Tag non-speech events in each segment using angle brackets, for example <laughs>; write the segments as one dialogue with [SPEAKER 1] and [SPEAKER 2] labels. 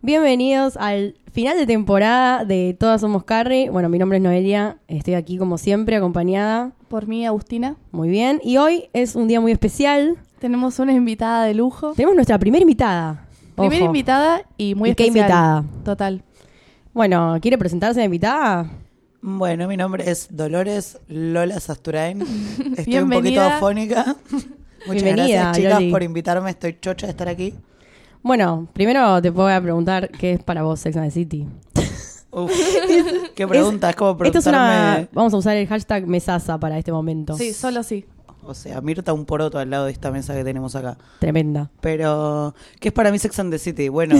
[SPEAKER 1] Bienvenidos al final de temporada de Todas Somos Carrie. Bueno, mi nombre es Noelia, estoy aquí como siempre acompañada.
[SPEAKER 2] Por mí, Agustina.
[SPEAKER 1] Muy bien, y hoy es un día muy especial.
[SPEAKER 2] Tenemos una invitada de lujo.
[SPEAKER 1] Tenemos nuestra primera invitada. Ojo.
[SPEAKER 2] Primera invitada y muy
[SPEAKER 1] ¿Y qué
[SPEAKER 2] especial.
[SPEAKER 1] invitada?
[SPEAKER 2] Total.
[SPEAKER 1] Bueno, ¿quiere presentarse la invitada?
[SPEAKER 3] Bueno, mi nombre es Dolores Lola
[SPEAKER 1] <laughs>
[SPEAKER 3] Sasturain. Estoy un poquito
[SPEAKER 2] Bienvenida.
[SPEAKER 3] afónica. Muchas
[SPEAKER 1] Bienvenida,
[SPEAKER 3] gracias, chicas,
[SPEAKER 1] Loli.
[SPEAKER 3] por invitarme. Estoy chocha de estar aquí.
[SPEAKER 1] Bueno, primero te voy a preguntar qué es para vos Sex and the City.
[SPEAKER 3] Uf, <laughs> qué pregunta, es, como
[SPEAKER 1] Esto es
[SPEAKER 3] preguntarme.
[SPEAKER 1] una. Vamos a usar el hashtag mesasa para este momento.
[SPEAKER 2] Sí, solo sí.
[SPEAKER 3] O sea, Mirta un poroto al lado de esta mesa que tenemos acá.
[SPEAKER 1] Tremenda.
[SPEAKER 3] Pero, ¿qué es para mí Sex and the
[SPEAKER 1] <laughs>
[SPEAKER 3] City? Bueno,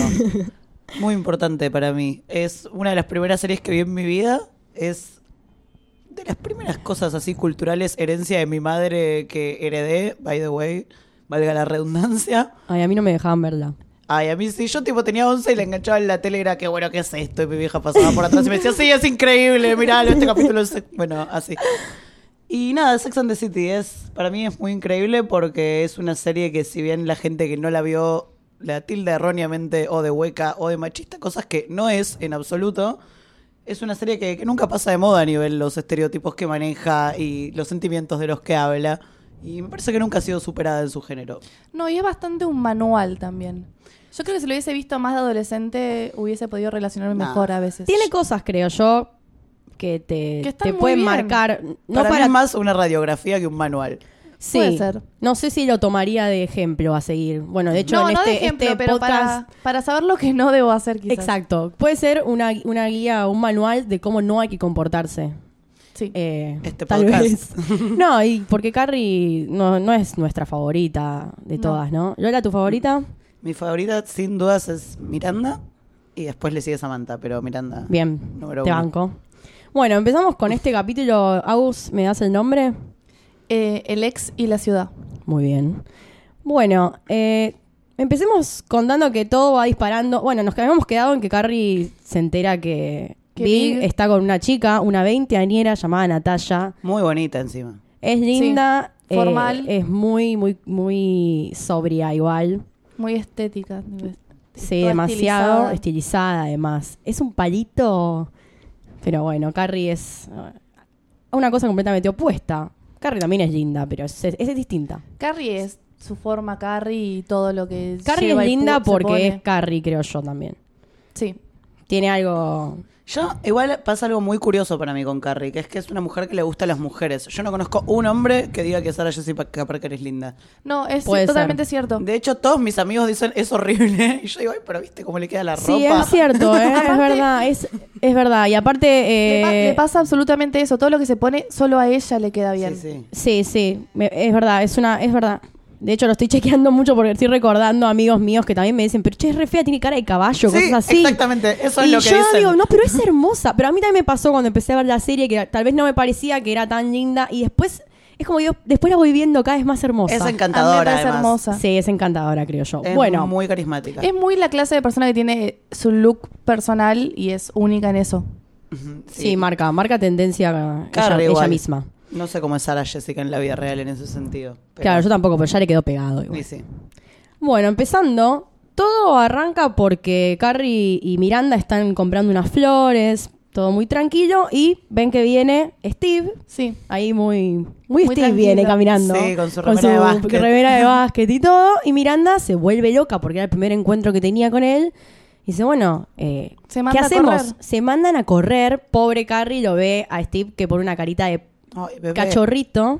[SPEAKER 3] muy importante para mí. Es una de las primeras series que vi en mi vida. Es de las primeras cosas así culturales, herencia de mi madre que heredé, by the way, valga la redundancia.
[SPEAKER 1] Ay, a mí no me dejaban verla.
[SPEAKER 3] Ay, a mí sí, yo tipo tenía 11 y la enganchaba en la tele y era que bueno, ¿qué es esto? Y mi vieja pasaba por atrás y me decía, sí, es increíble, miralo, este capítulo es... Bueno, así. Y nada, Sex and the City es, para mí es muy increíble porque es una serie que si bien la gente que no la vio la tilda erróneamente o de hueca o de machista, cosas que no es en absoluto, es una serie que, que nunca pasa de moda a nivel los estereotipos que maneja y los sentimientos de los que habla. Y me parece que nunca ha sido superada en su género.
[SPEAKER 2] No, y es bastante un manual también. Yo creo que si lo hubiese visto más de adolescente, hubiese podido relacionarme
[SPEAKER 3] Nah.
[SPEAKER 2] mejor a veces.
[SPEAKER 1] Tiene cosas, creo yo, que te,
[SPEAKER 2] Que están
[SPEAKER 1] te
[SPEAKER 2] muy
[SPEAKER 1] pueden
[SPEAKER 2] bien.
[SPEAKER 1] marcar. No para,
[SPEAKER 3] para mí es más una radiografía que un manual.
[SPEAKER 1] Sí.
[SPEAKER 2] Puede ser.
[SPEAKER 1] No sé si lo tomaría de ejemplo a seguir. Bueno, de hecho,
[SPEAKER 2] no,
[SPEAKER 1] en
[SPEAKER 2] no
[SPEAKER 1] este,
[SPEAKER 2] de ejemplo,
[SPEAKER 1] este
[SPEAKER 2] pero
[SPEAKER 1] podcast.
[SPEAKER 2] para, para saber lo que no debo hacer, quizás.
[SPEAKER 1] Exacto. Puede ser una, una guía, un manual de cómo no hay que comportarse.
[SPEAKER 2] Sí.
[SPEAKER 1] Eh,
[SPEAKER 3] Este
[SPEAKER 1] tal
[SPEAKER 3] podcast. <laughs>
[SPEAKER 1] vez. No, y porque Carrie no, no es nuestra favorita de
[SPEAKER 2] No.
[SPEAKER 1] todas, ¿no? Lola, ¿tu favorita?
[SPEAKER 3] Mi favorita, sin dudas, es Miranda. Y después le sigue Samantha, pero Miranda.
[SPEAKER 1] Bien,
[SPEAKER 3] Número
[SPEAKER 1] te
[SPEAKER 3] uno.
[SPEAKER 1] banco. Bueno, empezamos con este capítulo. Agus, ¿me das el nombre?
[SPEAKER 2] Eh, el ex y la ciudad.
[SPEAKER 1] Muy bien. Bueno, eh, empecemos contando que todo va disparando. Bueno, nos habíamos quedado en que Carrie se entera que,
[SPEAKER 2] Que
[SPEAKER 1] Big,
[SPEAKER 2] Big-
[SPEAKER 1] está con una chica, una veinteañera llamada Natalia.
[SPEAKER 3] Muy bonita encima.
[SPEAKER 1] Es linda,
[SPEAKER 2] Sí, formal.
[SPEAKER 1] eh, es muy, muy, muy sobria igual.
[SPEAKER 2] Muy estética.
[SPEAKER 1] Sí,
[SPEAKER 2] Toda
[SPEAKER 1] demasiado estilizada.
[SPEAKER 2] estilizada.
[SPEAKER 1] además. Es un palito, pero bueno, Carrie es eh, una cosa completamente opuesta. Carrie también es linda, pero es, es- es distinta.
[SPEAKER 2] Carrie es su forma Carrie y todo lo que
[SPEAKER 1] Carrie
[SPEAKER 2] lleva
[SPEAKER 1] es
[SPEAKER 2] y
[SPEAKER 1] linda
[SPEAKER 2] pu- se
[SPEAKER 1] porque
[SPEAKER 2] pone.
[SPEAKER 1] es Carrie, creo yo también.
[SPEAKER 2] Sí.
[SPEAKER 1] Tiene algo...
[SPEAKER 3] Yo, igual pasa algo muy curioso para mí con Carrie, que es que es una mujer que le gusta a las mujeres. Yo no conozco un hombre que diga que Sarah Jessica Parker es linda.
[SPEAKER 2] No, es
[SPEAKER 1] Puede ser.
[SPEAKER 2] totalmente cierto.
[SPEAKER 3] De hecho, todos mis amigos dicen es horrible. <laughs> Y yo digo, ay, pero viste cómo le queda la
[SPEAKER 1] Sí,
[SPEAKER 3] ropa.
[SPEAKER 1] es <laughs> cierto, ¿eh? es
[SPEAKER 2] Aparte-
[SPEAKER 1] verdad, es, es verdad. Y aparte...
[SPEAKER 2] Le, pa-
[SPEAKER 1] eh,
[SPEAKER 2] le pasa absolutamente eso. Todo lo que se pone, solo a ella le queda bien.
[SPEAKER 3] Sí, sí.
[SPEAKER 1] Sí, sí, me- es verdad, es una, es verdad. De hecho, lo estoy chequeando mucho porque estoy recordando a amigos míos que también me dicen, pero che, es re fea, tiene cara de caballo,
[SPEAKER 3] Sí,
[SPEAKER 1] cosas pues, así.
[SPEAKER 3] exactamente, eso es
[SPEAKER 1] Y
[SPEAKER 3] lo que
[SPEAKER 1] yo
[SPEAKER 3] dicen.
[SPEAKER 1] digo, no, pero es hermosa. Pero a mí también me pasó cuando empecé a ver la serie que tal vez no me parecía que era tan linda y después, es como yo, después la voy viendo cada vez más hermosa.
[SPEAKER 3] Es
[SPEAKER 2] A mí me
[SPEAKER 3] encantadora,
[SPEAKER 2] parece
[SPEAKER 3] además.
[SPEAKER 2] hermosa.
[SPEAKER 1] Sí, es encantadora, creo yo.
[SPEAKER 3] Es
[SPEAKER 1] bueno, Em,
[SPEAKER 3] muy carismática.
[SPEAKER 2] Es muy la clase de persona que tiene eh, su look personal y es única en eso.
[SPEAKER 3] Ujú,
[SPEAKER 1] sí. marca, marca tendencia ella-
[SPEAKER 3] Carrie
[SPEAKER 1] ella,
[SPEAKER 3] igual.
[SPEAKER 1] misma.
[SPEAKER 3] No sé cómo es Sarah Jessica en la vida real en ese sentido. pero-
[SPEAKER 1] Claro, yo tampoco, pero ya le quedó pegado. Igual.
[SPEAKER 3] Y sí.
[SPEAKER 1] Bueno, empezando, todo arranca porque Carrie y Miranda están comprando unas flores, todo muy tranquilo, y ven que viene Steve,
[SPEAKER 2] Sí.
[SPEAKER 1] ahí muy, muy,
[SPEAKER 2] Muy
[SPEAKER 1] Steve
[SPEAKER 2] tranquilo.
[SPEAKER 1] viene caminando.
[SPEAKER 3] Sí, con su remera de básquet.
[SPEAKER 1] remera de básquet y todo, y Miranda se vuelve loca porque era el primer encuentro que tenía con él. Y dice, bueno, eh,
[SPEAKER 2] Se
[SPEAKER 1] ¿qué
[SPEAKER 2] manda a
[SPEAKER 1] hacemos?
[SPEAKER 2] correr.
[SPEAKER 1] Se mandan a correr, pobre Carrie lo ve a Steve que pone una carita de
[SPEAKER 3] Ay, bebé.
[SPEAKER 1] cachorrito.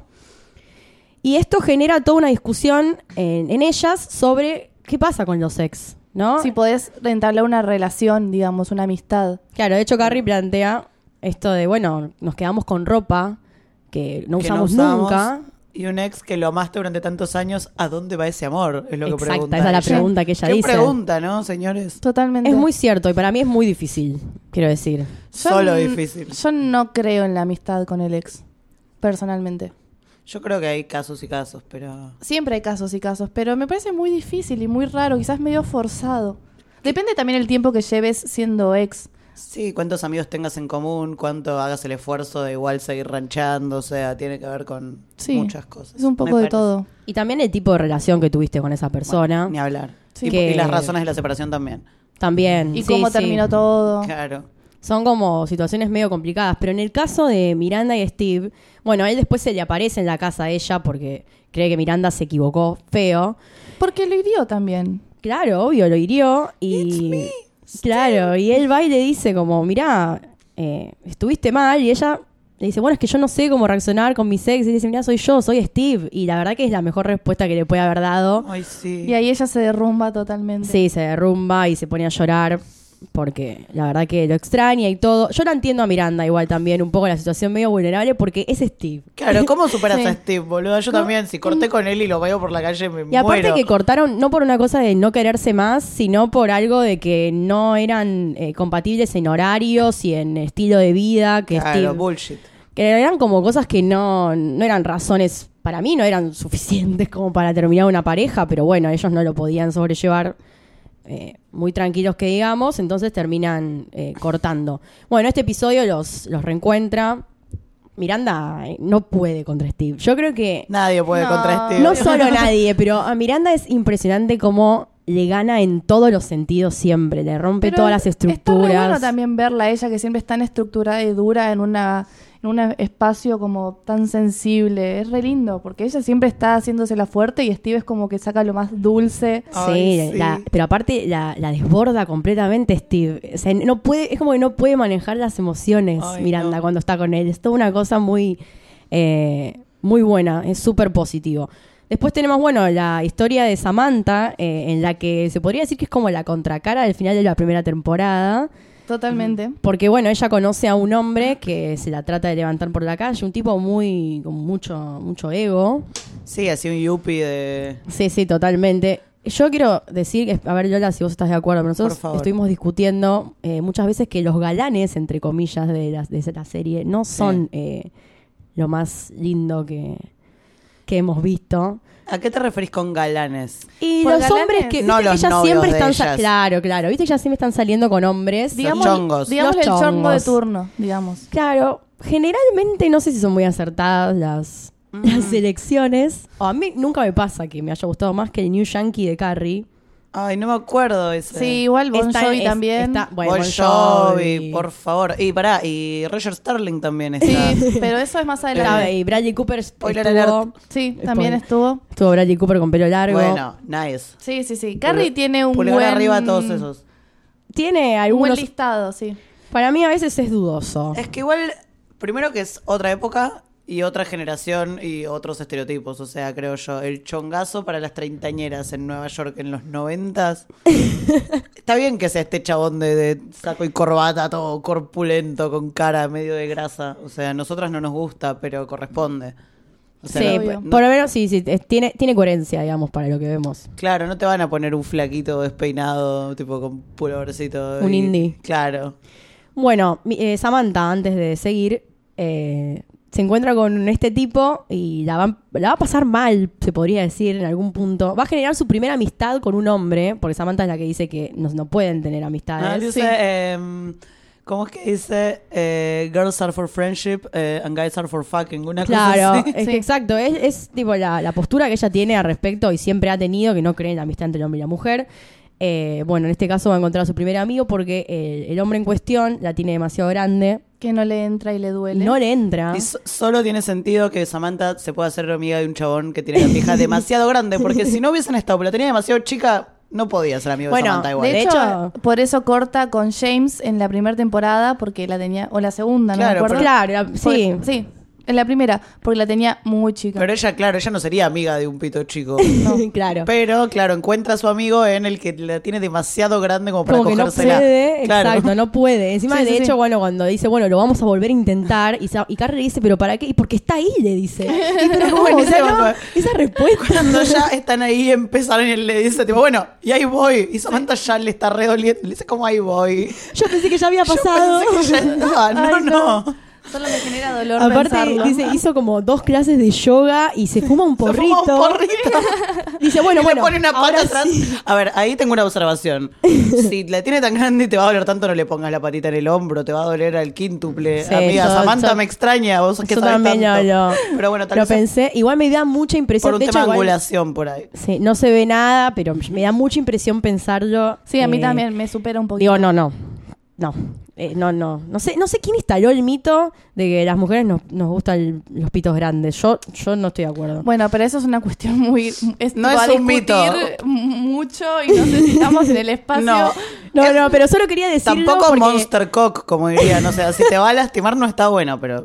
[SPEAKER 1] Y esto genera toda una discusión en, en ellas sobre qué pasa con los ex, ¿no?
[SPEAKER 2] Si podés entablar una relación, digamos, una amistad.
[SPEAKER 1] Claro, de hecho Carrie plantea esto de, bueno, nos quedamos con ropa que no
[SPEAKER 3] que
[SPEAKER 1] usamos,
[SPEAKER 3] usamos,
[SPEAKER 1] nunca.
[SPEAKER 3] Y un ex que lo amaste durante tantos años, ¿a dónde va ese amor? Es lo que
[SPEAKER 1] Exacta,
[SPEAKER 3] pregunta.
[SPEAKER 1] esa es la
[SPEAKER 3] ella.
[SPEAKER 1] pregunta que ella
[SPEAKER 3] ¿Qué
[SPEAKER 1] dice.
[SPEAKER 3] pregunta, no, señores?
[SPEAKER 2] Totalmente.
[SPEAKER 1] Es muy cierto y para mí es muy difícil, quiero decir.
[SPEAKER 2] Yo
[SPEAKER 3] Solo
[SPEAKER 2] n-
[SPEAKER 3] difícil.
[SPEAKER 2] Yo no creo en la amistad con el ex, personalmente.
[SPEAKER 3] Yo creo que hay casos y casos, pero...
[SPEAKER 2] Siempre hay casos y casos, pero me parece muy difícil y muy raro, quizás medio forzado. Depende también el tiempo que lleves siendo ex.
[SPEAKER 3] Sí, cuántos amigos tengas en común, cuánto hagas el esfuerzo de igual seguir ranchando, o sea, tiene que ver con
[SPEAKER 2] Sí.
[SPEAKER 3] muchas cosas.
[SPEAKER 2] Es un
[SPEAKER 3] me
[SPEAKER 2] poco de
[SPEAKER 3] parece.
[SPEAKER 2] todo.
[SPEAKER 1] Y también el tipo de relación que tuviste con esa persona.
[SPEAKER 3] Ni hablar.
[SPEAKER 2] Sí.
[SPEAKER 3] Y-
[SPEAKER 1] Que-
[SPEAKER 3] Y las razones de la separación también.
[SPEAKER 1] También.
[SPEAKER 2] Y
[SPEAKER 1] sí,
[SPEAKER 2] cómo
[SPEAKER 1] sí.
[SPEAKER 2] terminó todo.
[SPEAKER 3] Claro.
[SPEAKER 1] Son como situaciones medio complicadas, pero en el caso de Miranda y Steve, bueno, a él después se le aparece en la casa a ella porque cree que Miranda se equivocó feo.
[SPEAKER 2] Porque lo hirió también.
[SPEAKER 1] Claro, obvio, lo hirió y... claro, y él va y le dice como, mirá, eh, estuviste mal y ella le dice, bueno, es que yo no sé cómo reaccionar con mi ex. Y le dice, mirá, soy yo, soy Steve. Y la verdad que es la mejor respuesta que le puede haber dado.
[SPEAKER 3] Ay, sí.
[SPEAKER 2] Y ahí ella se derrumba totalmente.
[SPEAKER 1] Sí, se derrumba y se pone a llorar porque la verdad que lo extraña y todo. Yo la entiendo a Miranda igual también, un poco la situación medio vulnerable porque es Steve. <laughs>
[SPEAKER 3] Claro, ¿cómo superas
[SPEAKER 2] Sí.
[SPEAKER 3] a Steve, boludo? Yo también, si corté con él y lo veo por la calle, me
[SPEAKER 1] Y aparte
[SPEAKER 3] muero.
[SPEAKER 1] que cortaron no por una cosa de no quererse más, sino por algo de que no eran eh, compatibles en horarios y en estilo de vida, que
[SPEAKER 3] claro,
[SPEAKER 1] Steve-
[SPEAKER 3] bullshit.
[SPEAKER 1] que eran como cosas que no, no eran razones para mí, no eran suficientes como para terminar una pareja, pero bueno, ellos no lo podían sobrellevar eh, muy tranquilos que digamos, entonces terminan eh, cortando. Bueno, este episodio los, los reencuentra. Miranda eh, no puede contra Steve. Yo creo que
[SPEAKER 3] Nadie puede
[SPEAKER 2] No.
[SPEAKER 3] contra Steve.
[SPEAKER 1] no solo nadie, pero a Miranda es impresionante cómo le gana en todos los sentidos siempre, le rompe
[SPEAKER 2] Pero
[SPEAKER 1] todas las estructuras.
[SPEAKER 2] Está re bueno también verla a ella que siempre es tan estructurada y dura en una en un espacio como tan sensible. Es re lindo porque ella siempre está haciéndose la fuerte y Steve es como que saca lo más dulce.
[SPEAKER 1] Sí,
[SPEAKER 3] Ay, sí.
[SPEAKER 1] la- pero aparte la, la desborda completamente Steve. O sea, no puede, es como que no puede manejar las emociones
[SPEAKER 3] Ay,
[SPEAKER 1] Miranda
[SPEAKER 3] no.
[SPEAKER 1] cuando está con él. Es toda una cosa muy, eh, muy buena, es súper positivo. Después tenemos, bueno, la historia de Samantha, eh, en la que se podría decir que es como la contracara del final de la primera temporada.
[SPEAKER 2] Totalmente.
[SPEAKER 1] Porque, bueno, ella conoce a un hombre que se la trata de levantar por la calle, un tipo muy, con mucho, mucho ego.
[SPEAKER 3] Sí, así un yuppie de...
[SPEAKER 1] Sí, sí, totalmente. Yo quiero decir, que- a ver, Lola, si vos estás de acuerdo, pero nosotros
[SPEAKER 3] Por favor.
[SPEAKER 1] estuvimos discutiendo eh, muchas veces que los galanes, entre comillas, de la, de la serie no son eh, lo más lindo que, que hemos visto.
[SPEAKER 3] ¿A qué te referís con galanes?
[SPEAKER 1] Y
[SPEAKER 2] Por
[SPEAKER 1] los
[SPEAKER 2] galanes,
[SPEAKER 1] hombres que
[SPEAKER 3] no
[SPEAKER 1] viste que
[SPEAKER 3] los
[SPEAKER 1] ellas
[SPEAKER 3] novios
[SPEAKER 1] siempre
[SPEAKER 3] de
[SPEAKER 1] están sa-
[SPEAKER 3] ellas.
[SPEAKER 1] claro, claro, viste que ellas siempre están saliendo con hombres.
[SPEAKER 2] Digamos,
[SPEAKER 3] chongos.
[SPEAKER 2] digamos
[SPEAKER 1] Los
[SPEAKER 2] el chongo de
[SPEAKER 1] chongos.
[SPEAKER 2] turno, digamos.
[SPEAKER 1] Claro, generalmente no sé si son muy acertadas las,
[SPEAKER 3] Mm.
[SPEAKER 1] las elecciones. O a mí nunca me pasa que me haya gustado más que el New Yankee de Carrie.
[SPEAKER 3] Ay, no me acuerdo ese.
[SPEAKER 2] Sí, igual Bon
[SPEAKER 1] Está-
[SPEAKER 2] Jovi
[SPEAKER 1] es-
[SPEAKER 2] también.
[SPEAKER 1] está- bueno,
[SPEAKER 3] Bon
[SPEAKER 1] Bon Jovi.
[SPEAKER 3] Jovi, por favor. Y pará, y Roger Sterling también
[SPEAKER 1] <laughs>
[SPEAKER 2] Sí,
[SPEAKER 3] está.
[SPEAKER 2] pero eso es más
[SPEAKER 1] Estaba-
[SPEAKER 2] adelante.
[SPEAKER 1] y Bradley Cooper
[SPEAKER 3] Spoiler
[SPEAKER 1] estuvo,
[SPEAKER 3] alert.
[SPEAKER 2] Sí, también estuvo.
[SPEAKER 1] estuvo Bradley Cooper con pelo largo.
[SPEAKER 3] Bueno, nice.
[SPEAKER 2] Sí, sí, sí. Carrie tiene un
[SPEAKER 3] Pulgar
[SPEAKER 2] buen
[SPEAKER 3] arriba a todos esos.
[SPEAKER 1] Tiene
[SPEAKER 2] un buen
[SPEAKER 1] algunos.
[SPEAKER 2] listado, sí.
[SPEAKER 1] Para mí a veces es dudoso.
[SPEAKER 3] Es que igual, primero que es otra época y otra generación y otros estereotipos. O sea, creo yo, el chongazo para las treintañeras en Nueva York en
[SPEAKER 1] <laughs>
[SPEAKER 3] los noventas. Está bien que sea este chabón de, de saco y corbata, todo corpulento, con cara medio de grasa. O sea, a nosotras no nos gusta, pero corresponde. O sea,
[SPEAKER 1] sí,
[SPEAKER 3] no-
[SPEAKER 2] obvio.
[SPEAKER 1] por lo menos sí, sí, es- tiene, tiene coherencia, digamos, para lo que vemos.
[SPEAKER 3] Claro, no te van a poner un flaquito despeinado, tipo con pulovercito.
[SPEAKER 1] Un
[SPEAKER 3] y-
[SPEAKER 1] indie.
[SPEAKER 3] Claro.
[SPEAKER 1] Bueno, mi- eh, Samantha, antes de seguir, eh, se encuentra con este tipo y la, van- la va a pasar mal, se podría decir, en algún punto. Va a generar su primera amistad con un hombre, porque Samantha es la que dice que no, no pueden tener
[SPEAKER 3] Ah,
[SPEAKER 1] amistades.
[SPEAKER 3] dice, em, ¿Cómo es que dice? Eh, Girls are for friendship eh, and guys are for fucking. Una
[SPEAKER 1] Claro,
[SPEAKER 3] cosa así.
[SPEAKER 1] es que
[SPEAKER 2] Sí.
[SPEAKER 1] exacto. Es, es, tipo la, la postura que ella tiene al respecto y siempre ha tenido, que no cree en la amistad entre el hombre y la mujer. Eh, bueno, en este caso va a encontrar a su primer amigo porque eh, el, hombre en cuestión la tiene demasiado grande.
[SPEAKER 2] Que no le entra y le duele.
[SPEAKER 1] No le entra.
[SPEAKER 3] Y so- solo tiene sentido que Samantha se pueda hacer amiga de un chabón que tiene la pija demasiado grande, porque si no hubiesen estado, pero la tenía demasiado chica, no podía ser amigo
[SPEAKER 1] Bueno,
[SPEAKER 3] de Samantha igual. ¿eh?
[SPEAKER 1] de
[SPEAKER 2] De
[SPEAKER 1] hecho-
[SPEAKER 2] hecho, por eso corta con James en la primera temporada, porque la tenía, o la segunda, no
[SPEAKER 3] Claro,
[SPEAKER 2] me acuerdo.
[SPEAKER 3] pero-
[SPEAKER 1] Claro, la- sí.
[SPEAKER 2] Porque-
[SPEAKER 1] <laughs>
[SPEAKER 2] sí, en la primera, porque la tenía muy chica.
[SPEAKER 3] Pero ella, claro, ella no sería amiga de un pito chico.
[SPEAKER 1] claro.
[SPEAKER 3] Pero, claro, encuentra a su amigo en el que la tiene demasiado grande como para
[SPEAKER 1] Como que no
[SPEAKER 3] cogérsela.
[SPEAKER 1] puede,
[SPEAKER 3] Claro.
[SPEAKER 1] exacto, no puede. Encima,
[SPEAKER 2] Sí,
[SPEAKER 1] de
[SPEAKER 2] sí,
[SPEAKER 1] hecho,
[SPEAKER 2] sí.
[SPEAKER 1] bueno, cuando dice, bueno, lo vamos a volver a intentar, y, Sa- y Carrie le dice, ¿pero para qué? Y porque está ahí, le <laughs> dice. Y, pero, ¿cómo? O sea, no, esa respuesta.
[SPEAKER 3] Cuando ya están ahí empezaron y él le dice tipo, bueno, y ahí voy. Y Samantha ya le está redoliendo. Le dice, ¿cómo ahí voy?
[SPEAKER 1] <laughs> Yo pensé que ya había
[SPEAKER 3] <laughs> Yo
[SPEAKER 1] pasado.
[SPEAKER 3] pensé que ya estaba. No,
[SPEAKER 1] Ay,
[SPEAKER 3] no.
[SPEAKER 2] Solo me genera dolor
[SPEAKER 1] Aparte,
[SPEAKER 2] pensarlo.
[SPEAKER 1] dice, hizo como dos clases de yoga y se fuma un
[SPEAKER 3] <laughs> Se
[SPEAKER 1] porrito.
[SPEAKER 3] fuma un porrito.
[SPEAKER 1] <laughs> Dice, bueno,
[SPEAKER 3] Y le
[SPEAKER 1] bueno.
[SPEAKER 3] pone una
[SPEAKER 1] ahora
[SPEAKER 3] pata atrás.
[SPEAKER 1] sí.
[SPEAKER 3] A ver, ahí tengo una
[SPEAKER 1] <laughs>
[SPEAKER 3] observación. Si la tiene tan grande y te va a doler tanto, no le pongas la patita en el hombro, te va a doler al quíntuple.
[SPEAKER 1] Sí,
[SPEAKER 3] Amiga,
[SPEAKER 1] yo-
[SPEAKER 3] Samantha
[SPEAKER 1] yo-
[SPEAKER 3] me extraña, vos que
[SPEAKER 1] Yo
[SPEAKER 3] sabés
[SPEAKER 1] también
[SPEAKER 3] tanto.
[SPEAKER 1] lo,
[SPEAKER 3] Pero bueno, tal
[SPEAKER 1] lo
[SPEAKER 3] vez es
[SPEAKER 1] pensé. Igual me da mucha impresión.
[SPEAKER 3] por un
[SPEAKER 1] de
[SPEAKER 3] tema
[SPEAKER 1] hecho,
[SPEAKER 3] de
[SPEAKER 1] igual-
[SPEAKER 3] angulación por ahí.
[SPEAKER 1] Sí, no se ve nada, pero me da mucha impresión pensarlo.
[SPEAKER 2] Sí, a mí
[SPEAKER 1] eh,
[SPEAKER 2] también me supera un poquito.
[SPEAKER 1] Digo, no, no. No. Eh, no, no. No sé, no sé quién instaló el mito de que las mujeres nos, nos gustan el- los pitos grandes. Yo, yo no estoy de acuerdo.
[SPEAKER 2] Bueno, pero eso es una cuestión muy... Es,
[SPEAKER 3] No
[SPEAKER 2] tipo,
[SPEAKER 3] es
[SPEAKER 2] a
[SPEAKER 3] un mito.
[SPEAKER 2] discutir mucho y no sé si estamos en el espacio.
[SPEAKER 3] No.
[SPEAKER 1] no, no, pero solo quería decirlo
[SPEAKER 3] Tampoco
[SPEAKER 1] porque-
[SPEAKER 3] Monster Cock, como dirían. O sea, si te va a lastimar no está bueno, pero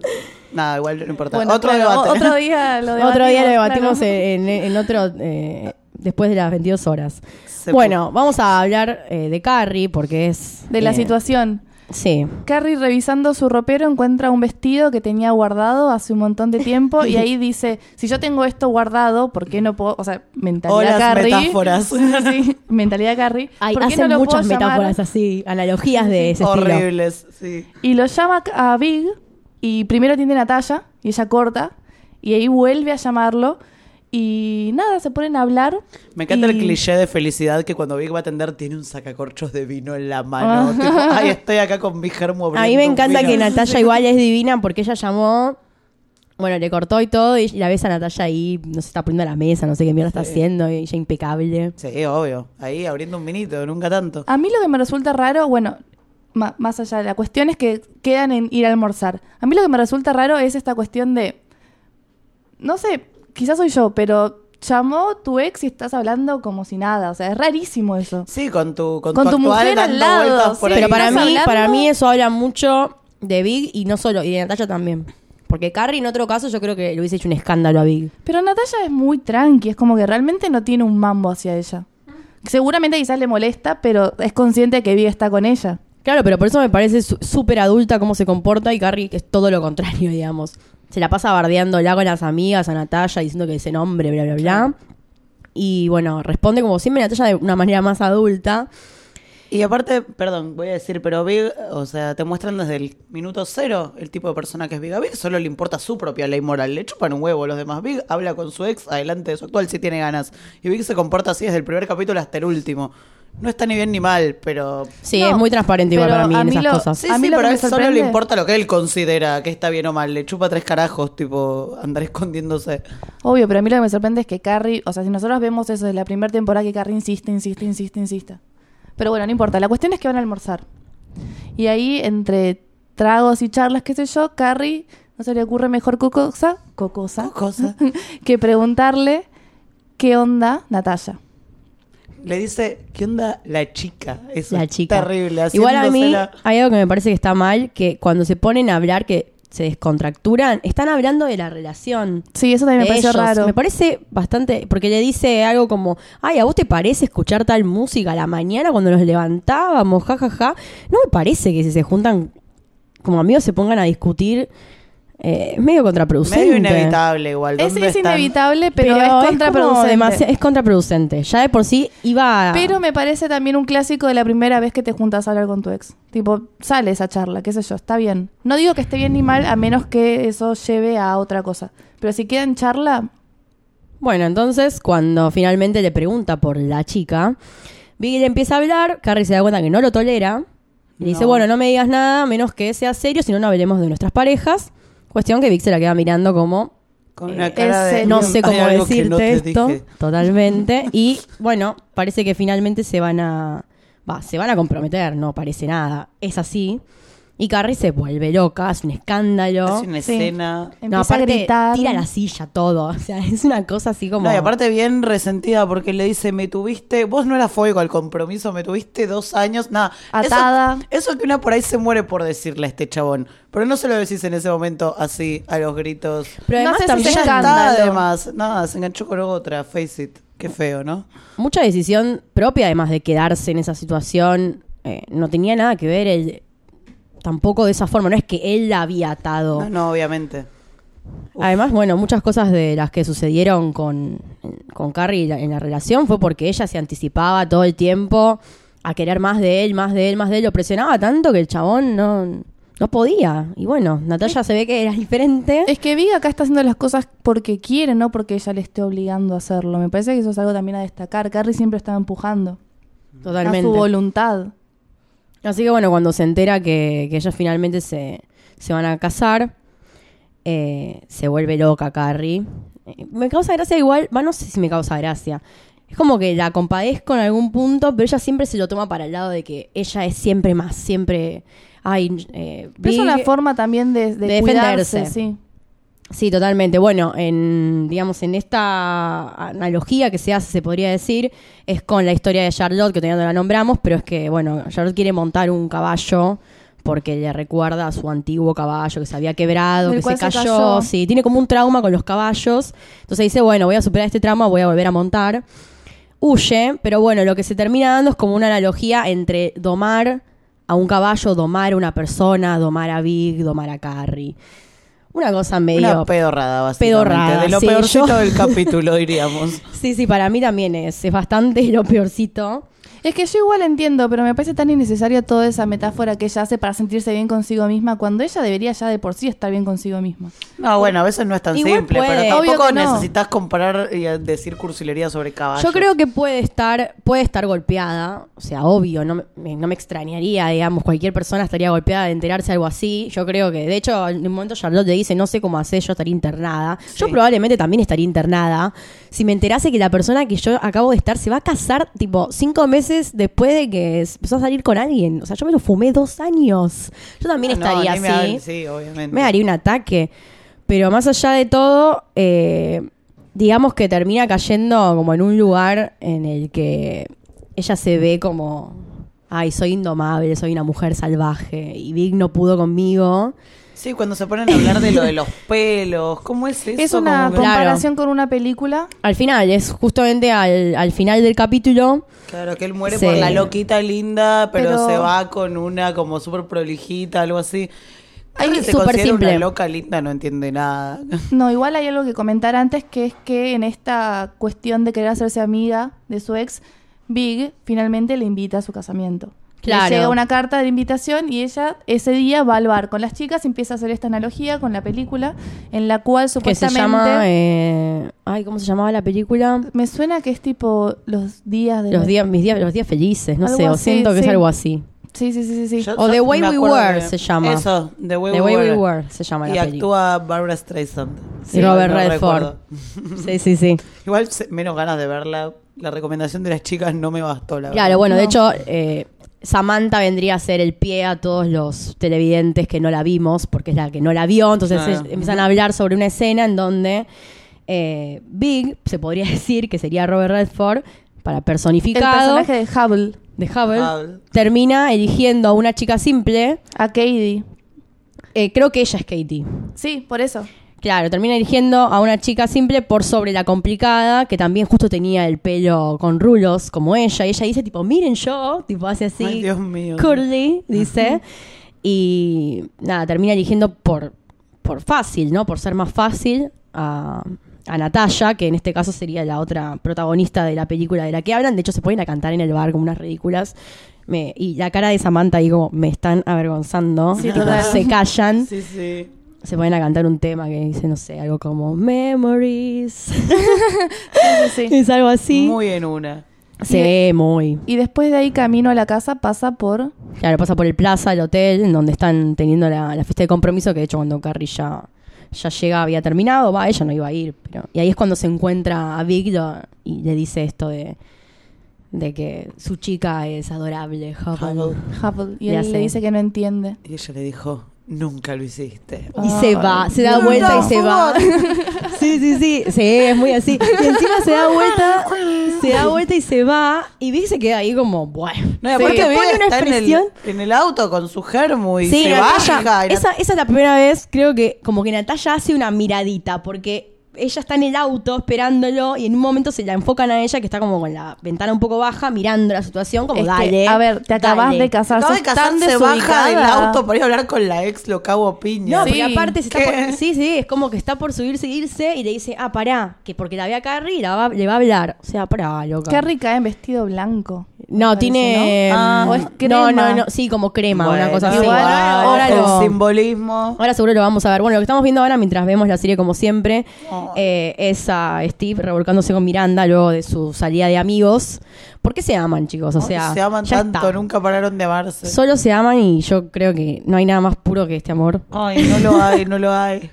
[SPEAKER 3] nada, igual no importa.
[SPEAKER 2] Bueno,
[SPEAKER 3] otro
[SPEAKER 2] claro,
[SPEAKER 3] debate.
[SPEAKER 2] Otro día lo debatimos.
[SPEAKER 1] Otro día lo debatimos
[SPEAKER 2] claro.
[SPEAKER 1] en, en otro... eh, después de las 22 horas.
[SPEAKER 3] <laughs> Se
[SPEAKER 1] bueno, vamos a hablar eh, de Carrie porque es...
[SPEAKER 2] De la
[SPEAKER 1] eh,
[SPEAKER 2] situación.
[SPEAKER 1] Sí.
[SPEAKER 2] Carrie revisando su ropero encuentra un vestido que tenía guardado hace un montón de tiempo y
[SPEAKER 3] <laughs>
[SPEAKER 2] ahí dice, si yo tengo esto guardado, ¿por qué no puedo? O sea, mentalidad
[SPEAKER 3] Hola,
[SPEAKER 2] Carrie.
[SPEAKER 3] metáforas.
[SPEAKER 2] Sí, <laughs> sí, mentalidad Carrie.
[SPEAKER 1] Hay,
[SPEAKER 2] ¿Por qué
[SPEAKER 1] hacen
[SPEAKER 2] no lo puedo
[SPEAKER 1] muchas
[SPEAKER 2] llamar?
[SPEAKER 1] metáforas así, analogías de ese estilo.
[SPEAKER 3] Horribles, sí.
[SPEAKER 2] Y lo llama a Big y primero tiene Natalia y ella corta y ahí vuelve a llamarlo y nada, se ponen a hablar.
[SPEAKER 3] Me encanta el
[SPEAKER 2] y-
[SPEAKER 3] cliché de felicidad que cuando Big va a atender tiene un sacacorchos de vino en la mano. Tipo, ay, estoy acá con mi germo
[SPEAKER 1] Ah. A mí me
[SPEAKER 3] abriendo un
[SPEAKER 1] encanta
[SPEAKER 3] vino".
[SPEAKER 1] que Natalia igual es divina porque ella llamó. Bueno, le cortó y todo, y la ves a Natalia ahí, no se está poniendo a la mesa, no sé qué mierda está haciendo, y ella impecable.
[SPEAKER 3] Sí, obvio. Ahí abriendo un vinito, nunca
[SPEAKER 1] Ah.
[SPEAKER 3] tanto.
[SPEAKER 2] A mí lo que me resulta raro, bueno, ma- más allá de la cuestión es que quedan en ir a almorzar. A mí lo que me resulta raro es esta cuestión de, no sé, quizás soy yo, pero llamó tu ex y estás hablando como si nada. O sea, es rarísimo eso.
[SPEAKER 3] Sí, con tu con,
[SPEAKER 2] Con tu
[SPEAKER 3] actual
[SPEAKER 2] mujer al
[SPEAKER 3] dando
[SPEAKER 2] lado,
[SPEAKER 3] vueltas por
[SPEAKER 2] sí.
[SPEAKER 3] ahí.
[SPEAKER 1] Pero para mí,
[SPEAKER 2] ¿Estás hablando?
[SPEAKER 1] para mí eso habla mucho de Big y no solo, y de Natalia también. Porque Carrie en otro caso yo creo que le hubiese hecho un escándalo a Big.
[SPEAKER 2] Pero Natalia es muy tranqui, es como que realmente no tiene un mambo hacia ella. Seguramente quizás le molesta, pero es consciente que Vivi está con ella.
[SPEAKER 1] Claro, pero por eso me parece su- súper adulta cómo se comporta y Carrie es todo lo contrario, <laughs> digamos. Se la pasa bardeándola con las amigas, a Natalia, diciendo que ese nombre, bla, bla, bla. Y bueno, responde como siempre Natalia de una manera más adulta.
[SPEAKER 3] Y aparte, perdón, voy a decir, pero Big, o sea, te muestran desde el minuto cero el tipo de persona que es Big. A Big solo le importa su propia ley moral. Le chupan un huevo a los demás. Big habla con su ex adelante de su actual si tiene ganas. Y Big se comporta así desde el primer capítulo hasta el último. No está ni bien ni mal, pero
[SPEAKER 1] Sí,
[SPEAKER 2] No,
[SPEAKER 1] es muy transparente igual
[SPEAKER 2] pero
[SPEAKER 1] para mí
[SPEAKER 2] a
[SPEAKER 1] en
[SPEAKER 2] mí
[SPEAKER 1] esas
[SPEAKER 2] lo-
[SPEAKER 1] cosas.
[SPEAKER 3] Sí,
[SPEAKER 2] A mí
[SPEAKER 3] sí,
[SPEAKER 2] lo que
[SPEAKER 3] pero a
[SPEAKER 2] me
[SPEAKER 3] él solo
[SPEAKER 2] sorprende-
[SPEAKER 3] le importa lo que él considera que está bien o mal. Le chupa tres carajos, tipo, andar escondiéndose.
[SPEAKER 2] Obvio, pero a mí lo que me sorprende es que Carrie, o sea, si nosotros vemos eso de la primera temporada que Carrie insiste, insiste, insiste, insiste. Pero bueno, no importa. La cuestión es que van a almorzar. Y ahí, entre tragos y charlas, qué sé yo, Carrie no se le ocurre mejor cocosa, cocosa,
[SPEAKER 3] Cosa.
[SPEAKER 2] <laughs> que preguntarle qué onda Natalia.
[SPEAKER 3] Le dice, ¿qué onda la chica? Eso
[SPEAKER 1] la
[SPEAKER 3] es
[SPEAKER 1] chica.
[SPEAKER 3] terrible.
[SPEAKER 1] Igual a mí
[SPEAKER 3] haciéndosela-
[SPEAKER 1] hay algo que me parece que está mal, que cuando se ponen a hablar, que se descontracturan, están hablando de la relación.
[SPEAKER 2] Sí, eso también me
[SPEAKER 1] de
[SPEAKER 2] pareció
[SPEAKER 1] ellos.
[SPEAKER 2] raro.
[SPEAKER 1] Me parece bastante, porque le dice algo como, ay, ¿a vos te parece escuchar tal música a la mañana cuando nos levantábamos? Ja, ja, ja. No me parece que si se juntan como amigos se pongan a discutir, eh, es medio contraproducente.
[SPEAKER 3] Medio inevitable igual.
[SPEAKER 2] es,
[SPEAKER 3] ¿Dónde
[SPEAKER 2] es
[SPEAKER 3] están?
[SPEAKER 2] inevitable, pero, es
[SPEAKER 1] como
[SPEAKER 2] contraproducente.
[SPEAKER 1] demasi- es contraproducente. Ya de por sí iba a...
[SPEAKER 2] Pero me parece también un clásico de la primera vez que te juntas a hablar con tu ex. Tipo, sale esa charla, qué sé yo, está bien. No digo que esté bien ni mal, a menos que eso lleve a otra cosa. Pero si queda en charla,
[SPEAKER 1] Bueno, entonces cuando finalmente le pregunta por la chica, Biggie le empieza a hablar, Carrie se da cuenta que no lo tolera. Y le dice,
[SPEAKER 3] No.
[SPEAKER 1] bueno, no me digas nada, menos que sea serio, si no, no hablemos de nuestras parejas. Cuestión que Vic se la queda mirando como,
[SPEAKER 3] Con una cara
[SPEAKER 2] ese-
[SPEAKER 3] de...
[SPEAKER 1] no sé
[SPEAKER 3] "Hay
[SPEAKER 1] cómo
[SPEAKER 3] algo que
[SPEAKER 1] decirte
[SPEAKER 3] no te
[SPEAKER 1] esto.
[SPEAKER 3] dije".
[SPEAKER 1] Totalmente. Y bueno, parece que finalmente se van a... Va, se van a comprometer, no parece nada. Es así. Y Carrie se vuelve loca, hace un escándalo.
[SPEAKER 3] Es una
[SPEAKER 2] Sí.
[SPEAKER 3] escena...
[SPEAKER 2] empieza a gritar.
[SPEAKER 1] tira la silla, todo. <laughs> O sea, es una cosa así como...
[SPEAKER 3] No, y aparte bien resentida porque le dice, me tuviste, vos no eras fuego al compromiso, me tuviste dos años, nada. Eso-
[SPEAKER 2] Atada.
[SPEAKER 3] Eso, que una por ahí se muere por decirle a este chabón, pero no se lo decís en ese momento así, a los gritos.
[SPEAKER 1] Pero
[SPEAKER 2] No
[SPEAKER 1] además
[SPEAKER 2] sé si
[SPEAKER 1] también
[SPEAKER 2] se
[SPEAKER 3] ya está
[SPEAKER 2] escándalo.
[SPEAKER 3] además, nada, se enganchó con otra, face it, qué feo, ¿no?
[SPEAKER 1] mucha decisión propia, además de quedarse en esa situación. Eh, no tenía nada que ver él tampoco de esa forma. No es que él la había atado.
[SPEAKER 3] No, no, obviamente.
[SPEAKER 1] Además, bueno, muchas cosas de las que sucedieron con, con Carrie la- en la relación fue porque ella se anticipaba todo el tiempo a querer más de él, más de él, más de él. Lo presionaba tanto que el chabón no, No podía. Y bueno, Natalia se ve que era <laughs> diferente.
[SPEAKER 2] Es que Viga acá está haciendo las cosas porque quiere, no porque ella le esté obligando a hacerlo. Me parece que eso es algo también a destacar. Carrie siempre estaba empujando
[SPEAKER 1] Totalmente.
[SPEAKER 2] a su voluntad.
[SPEAKER 1] Así que bueno, cuando se entera que, que ellos finalmente se, se van a casar, eh, se vuelve loca Carrie. Eh, Me causa gracia igual, va, no sé si me causa gracia. Es como que la compadezco en algún punto, pero ella siempre se lo toma para el lado de que ella es siempre más, siempre... Ay, eh,
[SPEAKER 2] Pero es
[SPEAKER 1] big.
[SPEAKER 2] una forma también de, de
[SPEAKER 1] de
[SPEAKER 2] cuidarse,
[SPEAKER 1] defenderse.
[SPEAKER 2] sí.
[SPEAKER 1] Sí, totalmente. Bueno, en, digamos, en esta analogía que se hace, se podría decir, es con la historia de Charlotte, que todavía no la nombramos, pero es que, bueno, Charlotte quiere montar un caballo porque le recuerda a su antiguo caballo que se había quebrado,
[SPEAKER 2] Del
[SPEAKER 1] que
[SPEAKER 2] cual
[SPEAKER 1] se
[SPEAKER 2] se
[SPEAKER 1] cayó.
[SPEAKER 2] cayó.
[SPEAKER 1] Sí, tiene como un trauma con los caballos. Entonces dice, bueno, voy a superar este trauma, voy a volver a montar. Huye, pero bueno, lo que se termina dando es como una analogía entre domar a un caballo, domar a una persona, domar a Big, domar a Carrie. Una cosa medio
[SPEAKER 3] Una pedorrada, básicamente.
[SPEAKER 1] Pedorrada,
[SPEAKER 3] de lo
[SPEAKER 1] sí,
[SPEAKER 3] peorcito
[SPEAKER 1] yo-
[SPEAKER 3] del capítulo, <laughs> diríamos.
[SPEAKER 1] Sí, sí, para mí también es, es bastante lo peorcito.
[SPEAKER 2] Es que yo igual entiendo, pero me parece tan innecesaria toda esa metáfora que ella hace para sentirse bien consigo misma cuando ella debería ya de por sí estar bien consigo misma.
[SPEAKER 3] No, bueno, a veces no es tan
[SPEAKER 1] Igual
[SPEAKER 3] simple,
[SPEAKER 1] puede.
[SPEAKER 3] pero
[SPEAKER 2] Obvio
[SPEAKER 3] tampoco
[SPEAKER 2] que no.
[SPEAKER 3] necesitas comparar y eh, decir cursilería sobre caballos.
[SPEAKER 1] Yo creo que puede estar, puede estar golpeada, o sea, obvio, no me, no me extrañaría, digamos, cualquier persona estaría golpeada de enterarse de algo así. Yo creo que, de hecho, en un momento Charlotte le dice, no sé cómo hacer, yo estaría internada. Yo
[SPEAKER 3] Sí.
[SPEAKER 1] probablemente también estaría internada. Si me enterase que la persona que yo acabo de estar se va a casar, tipo, cinco meses después de que s- empezó a salir con alguien. O sea, yo me lo fumé dos años. Yo también
[SPEAKER 3] Ah, No,
[SPEAKER 1] estaría
[SPEAKER 3] ni me
[SPEAKER 1] así.
[SPEAKER 3] hab- sí, obviamente.
[SPEAKER 1] me daría un ataque. Pero más allá de todo, eh, digamos que termina cayendo como en un lugar en el que ella se ve como, ay, soy indomable, soy una mujer salvaje y Big no pudo conmigo.
[SPEAKER 3] Sí, cuando se ponen a hablar de lo
[SPEAKER 1] <laughs>
[SPEAKER 3] de los pelos, ¿cómo es eso?
[SPEAKER 2] Es una
[SPEAKER 3] Como que-
[SPEAKER 1] Claro.
[SPEAKER 2] comparación con una película.
[SPEAKER 1] Al final, es justamente al, al final del capítulo.
[SPEAKER 3] Claro, que él muere
[SPEAKER 1] Sí.
[SPEAKER 3] por la loquita linda, pero,
[SPEAKER 2] Pero-
[SPEAKER 3] se va con una como súper prolijita, algo así.
[SPEAKER 1] Ay,
[SPEAKER 3] Carrie se
[SPEAKER 1] súper
[SPEAKER 3] considera
[SPEAKER 1] simple.
[SPEAKER 3] una loca linda, no entiende nada.
[SPEAKER 2] No, igual hay algo que comentar antes, que es que en esta cuestión de querer hacerse amiga de su ex, Big finalmente le invita a su casamiento. Le
[SPEAKER 1] Claro.
[SPEAKER 2] llega una carta de invitación y ella ese día va al bar con las chicas y empieza a hacer esta analogía con la película en la cual
[SPEAKER 1] Que se
[SPEAKER 2] supuestamente...
[SPEAKER 1] llama. eh, ay, ¿cómo se llamaba la película?
[SPEAKER 2] Me suena que es tipo los días de...
[SPEAKER 1] Los días, mis días, los días felices, no
[SPEAKER 2] Algo
[SPEAKER 1] sé, o
[SPEAKER 2] así,
[SPEAKER 1] siento que
[SPEAKER 2] sí.
[SPEAKER 1] es algo así.
[SPEAKER 2] Sí, sí, sí, sí. sí.
[SPEAKER 3] Yo-
[SPEAKER 1] O
[SPEAKER 3] yo
[SPEAKER 1] The Way
[SPEAKER 3] me
[SPEAKER 1] We
[SPEAKER 3] acuerdo
[SPEAKER 1] Were
[SPEAKER 3] de-
[SPEAKER 1] se llama.
[SPEAKER 3] Eso, The Way,
[SPEAKER 1] The
[SPEAKER 3] We,
[SPEAKER 1] Way
[SPEAKER 3] Were.
[SPEAKER 1] We Were se llama
[SPEAKER 3] Y
[SPEAKER 1] la película.
[SPEAKER 3] actúa Barbara Streisand.
[SPEAKER 1] Y Robert
[SPEAKER 3] no
[SPEAKER 1] Redford.
[SPEAKER 3] recuerdo.
[SPEAKER 1] <laughs> Sí, sí, sí.
[SPEAKER 3] Igual se- menos ganas de verla. La recomendación de las chicas no me bastó, la
[SPEAKER 1] Claro,
[SPEAKER 3] verdad.
[SPEAKER 1] bueno,
[SPEAKER 2] No.
[SPEAKER 1] de hecho, eh, Samantha vendría a ser el pie a todos los televidentes que no la vimos, porque es la que no la vio. Entonces
[SPEAKER 3] Claro.
[SPEAKER 1] es- empiezan a hablar sobre una escena en donde eh, Big, se podría <laughs> decir que sería Robert Redford, para
[SPEAKER 2] El
[SPEAKER 1] personificado
[SPEAKER 2] personaje de Hubble,
[SPEAKER 1] de Hubble,
[SPEAKER 3] Hubble.
[SPEAKER 1] termina eligiendo a una chica simple.
[SPEAKER 2] a Katie.
[SPEAKER 1] Eh, creo que ella es Katie.
[SPEAKER 2] Sí, por eso.
[SPEAKER 1] Claro, termina eligiendo a una chica simple por sobre la complicada, que también justo tenía el pelo con rulos como ella. Y ella dice, tipo, miren yo, tipo, hace así.
[SPEAKER 3] Ay, Dios mío.
[SPEAKER 1] Curly, dice. y nada, termina eligiendo por, por fácil, ¿no? Por ser más fácil a, a Natalia, que en este caso sería la otra protagonista de la película de la que hablan. De hecho, se ponen a cantar en el bar como unas ridículas. Me- y la cara de Samantha, digo, me están avergonzando.
[SPEAKER 2] Sí,
[SPEAKER 1] Tipo,
[SPEAKER 2] total.
[SPEAKER 1] se callan
[SPEAKER 3] Sí, sí.
[SPEAKER 1] se ponen a cantar un tema que dice, no sé, algo como Memories.
[SPEAKER 2] Sí, <laughs>
[SPEAKER 1] <laughs>
[SPEAKER 2] sí, sí.
[SPEAKER 1] es algo así.
[SPEAKER 3] Muy en una.
[SPEAKER 1] Sí, muy.
[SPEAKER 2] Y después de ahí camino a la casa pasa por...
[SPEAKER 1] Claro, pasa por el plaza, el hotel, en donde están teniendo la, la fiesta de compromiso, que de hecho cuando Carrie ya, ya llega había terminado, va, ella no iba a ir. Pero, y ahí es cuando se encuentra a Big lo- y le dice esto de, de que su chica es adorable, Hubble.
[SPEAKER 3] Hubble.
[SPEAKER 2] Hubble. Y
[SPEAKER 1] Ya
[SPEAKER 2] él
[SPEAKER 1] sé.
[SPEAKER 2] le dice que no entiende.
[SPEAKER 3] Y ella le dijo, nunca lo hiciste.
[SPEAKER 1] Y se va, se da
[SPEAKER 2] No,
[SPEAKER 1] vuelta
[SPEAKER 2] Ah. no,
[SPEAKER 1] y se
[SPEAKER 2] por
[SPEAKER 1] va. <laughs> Sí, sí, sí, sí, es muy así. Y encima se da vuelta, se da vuelta y se va. Y Vic se queda ahí como, bueno.
[SPEAKER 3] No,
[SPEAKER 1] Se
[SPEAKER 3] y aparte
[SPEAKER 1] pone
[SPEAKER 3] Bea
[SPEAKER 1] una
[SPEAKER 3] está en el,
[SPEAKER 1] expresión.
[SPEAKER 3] en el auto con su germu y
[SPEAKER 1] Sí,
[SPEAKER 3] se
[SPEAKER 1] Natalia,
[SPEAKER 3] baja. y
[SPEAKER 1] esa, esa es la primera vez, creo que como que Natalia hace una miradita, porque ella está en el auto esperándolo y en un momento se la enfocan a ella, que está como con la ventana un poco baja, mirando la situación, como
[SPEAKER 3] Este,
[SPEAKER 2] Es que,
[SPEAKER 1] dale.
[SPEAKER 2] Este, a ver, te acabas
[SPEAKER 1] dale".
[SPEAKER 2] de casar.
[SPEAKER 3] Acaba de
[SPEAKER 2] sos tan
[SPEAKER 3] casarse, baja del
[SPEAKER 2] desubicada.
[SPEAKER 3] auto para ir a hablar con la ex, lo cago piña.
[SPEAKER 1] No,
[SPEAKER 2] Sí.
[SPEAKER 1] porque aparte se está
[SPEAKER 3] ¿Qué?
[SPEAKER 1] por- sí, sí, es como que está por subirse e irse y le dice, ah, pará, que porque la ve a Carrie y la va- le va a hablar. O sea, pará, loca.
[SPEAKER 2] Qué rica en ¿eh? vestido blanco.
[SPEAKER 1] No,
[SPEAKER 2] parece,
[SPEAKER 1] tiene.
[SPEAKER 3] ¿no? Ah.
[SPEAKER 1] mm,
[SPEAKER 2] O es
[SPEAKER 1] no,
[SPEAKER 2] crema.
[SPEAKER 1] no, no, sí, como crema,
[SPEAKER 3] Bueno,
[SPEAKER 1] una cosa así.
[SPEAKER 2] igual,
[SPEAKER 1] ahora,
[SPEAKER 3] ojo,
[SPEAKER 1] lo-
[SPEAKER 3] el simbolismo.
[SPEAKER 1] ahora seguro lo vamos a ver. Bueno, lo que estamos viendo ahora mientras vemos la serie, como siempre,
[SPEAKER 3] Oh.
[SPEAKER 1] eh, es a Steve revolcándose con Miranda luego de su salida de amigos. ¿Por qué se aman, chicos? O sea,
[SPEAKER 3] se aman
[SPEAKER 1] ya
[SPEAKER 3] tanto,
[SPEAKER 1] está.
[SPEAKER 3] nunca pararon de amarse.
[SPEAKER 1] Solo se aman y yo creo que no hay nada más puro que este amor.
[SPEAKER 3] Ay, no lo hay, no
[SPEAKER 1] <laughs>
[SPEAKER 3] lo hay.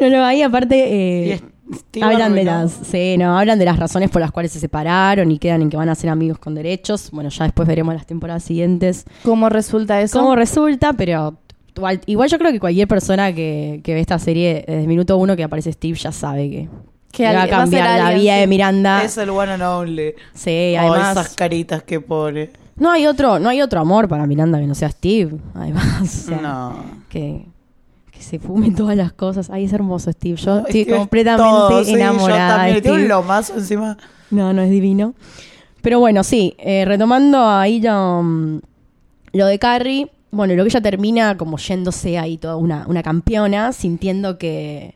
[SPEAKER 1] No, no, ahí aparte
[SPEAKER 3] Y
[SPEAKER 1] eh,
[SPEAKER 3] es- Steve
[SPEAKER 1] hablan de
[SPEAKER 3] arruinó.
[SPEAKER 1] las, sí, no, hablan de las razones por las cuales se separaron y quedan en que van a ser amigos con derechos. Bueno, ya después veremos las temporadas siguientes
[SPEAKER 2] ¿Cómo resulta eso?
[SPEAKER 1] cómo resulta, pero igual, igual yo creo que cualquier persona que, que ve esta serie desde el minuto uno que aparece Steve ya sabe que,
[SPEAKER 2] Que
[SPEAKER 1] le va a
[SPEAKER 2] alguien- va a ser
[SPEAKER 1] cambiar la
[SPEAKER 2] alguien,
[SPEAKER 1] vida
[SPEAKER 2] sí.
[SPEAKER 1] de Miranda.
[SPEAKER 3] Es el one and only.
[SPEAKER 1] Sí,
[SPEAKER 3] Oh,
[SPEAKER 1] Eh, además.
[SPEAKER 3] esas caritas que pone.
[SPEAKER 1] No hay otro, no hay otro amor para Miranda que no sea Steve, además. o sea,
[SPEAKER 3] no.
[SPEAKER 1] que, que se fumen todas las cosas. Ay, es hermoso, Steve. Yo estoy
[SPEAKER 3] Es que es
[SPEAKER 1] completamente
[SPEAKER 3] todo, sí, yo
[SPEAKER 1] enamorada. de
[SPEAKER 3] también. Tiene un
[SPEAKER 1] Steve.
[SPEAKER 3] lomazo encima.
[SPEAKER 1] No, no es divino. Pero bueno, sí, eh, retomando ahí lo, mm, lo de Carrie, bueno, lo que ella termina como yéndose ahí toda una, una campeona, sintiendo que,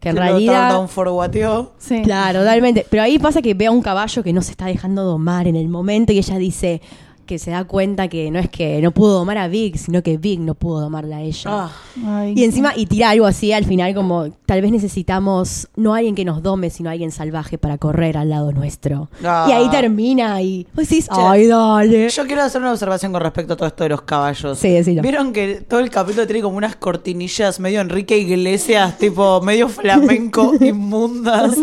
[SPEAKER 1] que en
[SPEAKER 3] Se lo
[SPEAKER 1] realidad...
[SPEAKER 3] Down for guateó.
[SPEAKER 2] Sí.
[SPEAKER 1] Claro, totalmente. Pero ahí pasa que ve a un caballo que no se está dejando domar en el momento y ella dice que se da cuenta que no es que no pudo domar a Vic, sino que Vic no pudo domarla a ella.
[SPEAKER 3] Ah,
[SPEAKER 2] Ay,
[SPEAKER 1] Y encima, y tira algo así al final, como tal vez necesitamos no alguien que nos dome, sino alguien salvaje para correr al lado nuestro.
[SPEAKER 3] Ah.
[SPEAKER 1] Y ahí termina y vos decís,
[SPEAKER 3] Che.
[SPEAKER 1] ay, dale.
[SPEAKER 3] yo quiero hacer una observación con respecto a todo esto de los caballos.
[SPEAKER 1] Sí, decilo.
[SPEAKER 3] Vieron que todo el capítulo tiene como unas cortinillas medio Enrique Iglesias, tipo
[SPEAKER 1] <laughs>
[SPEAKER 3] medio flamenco inmundas.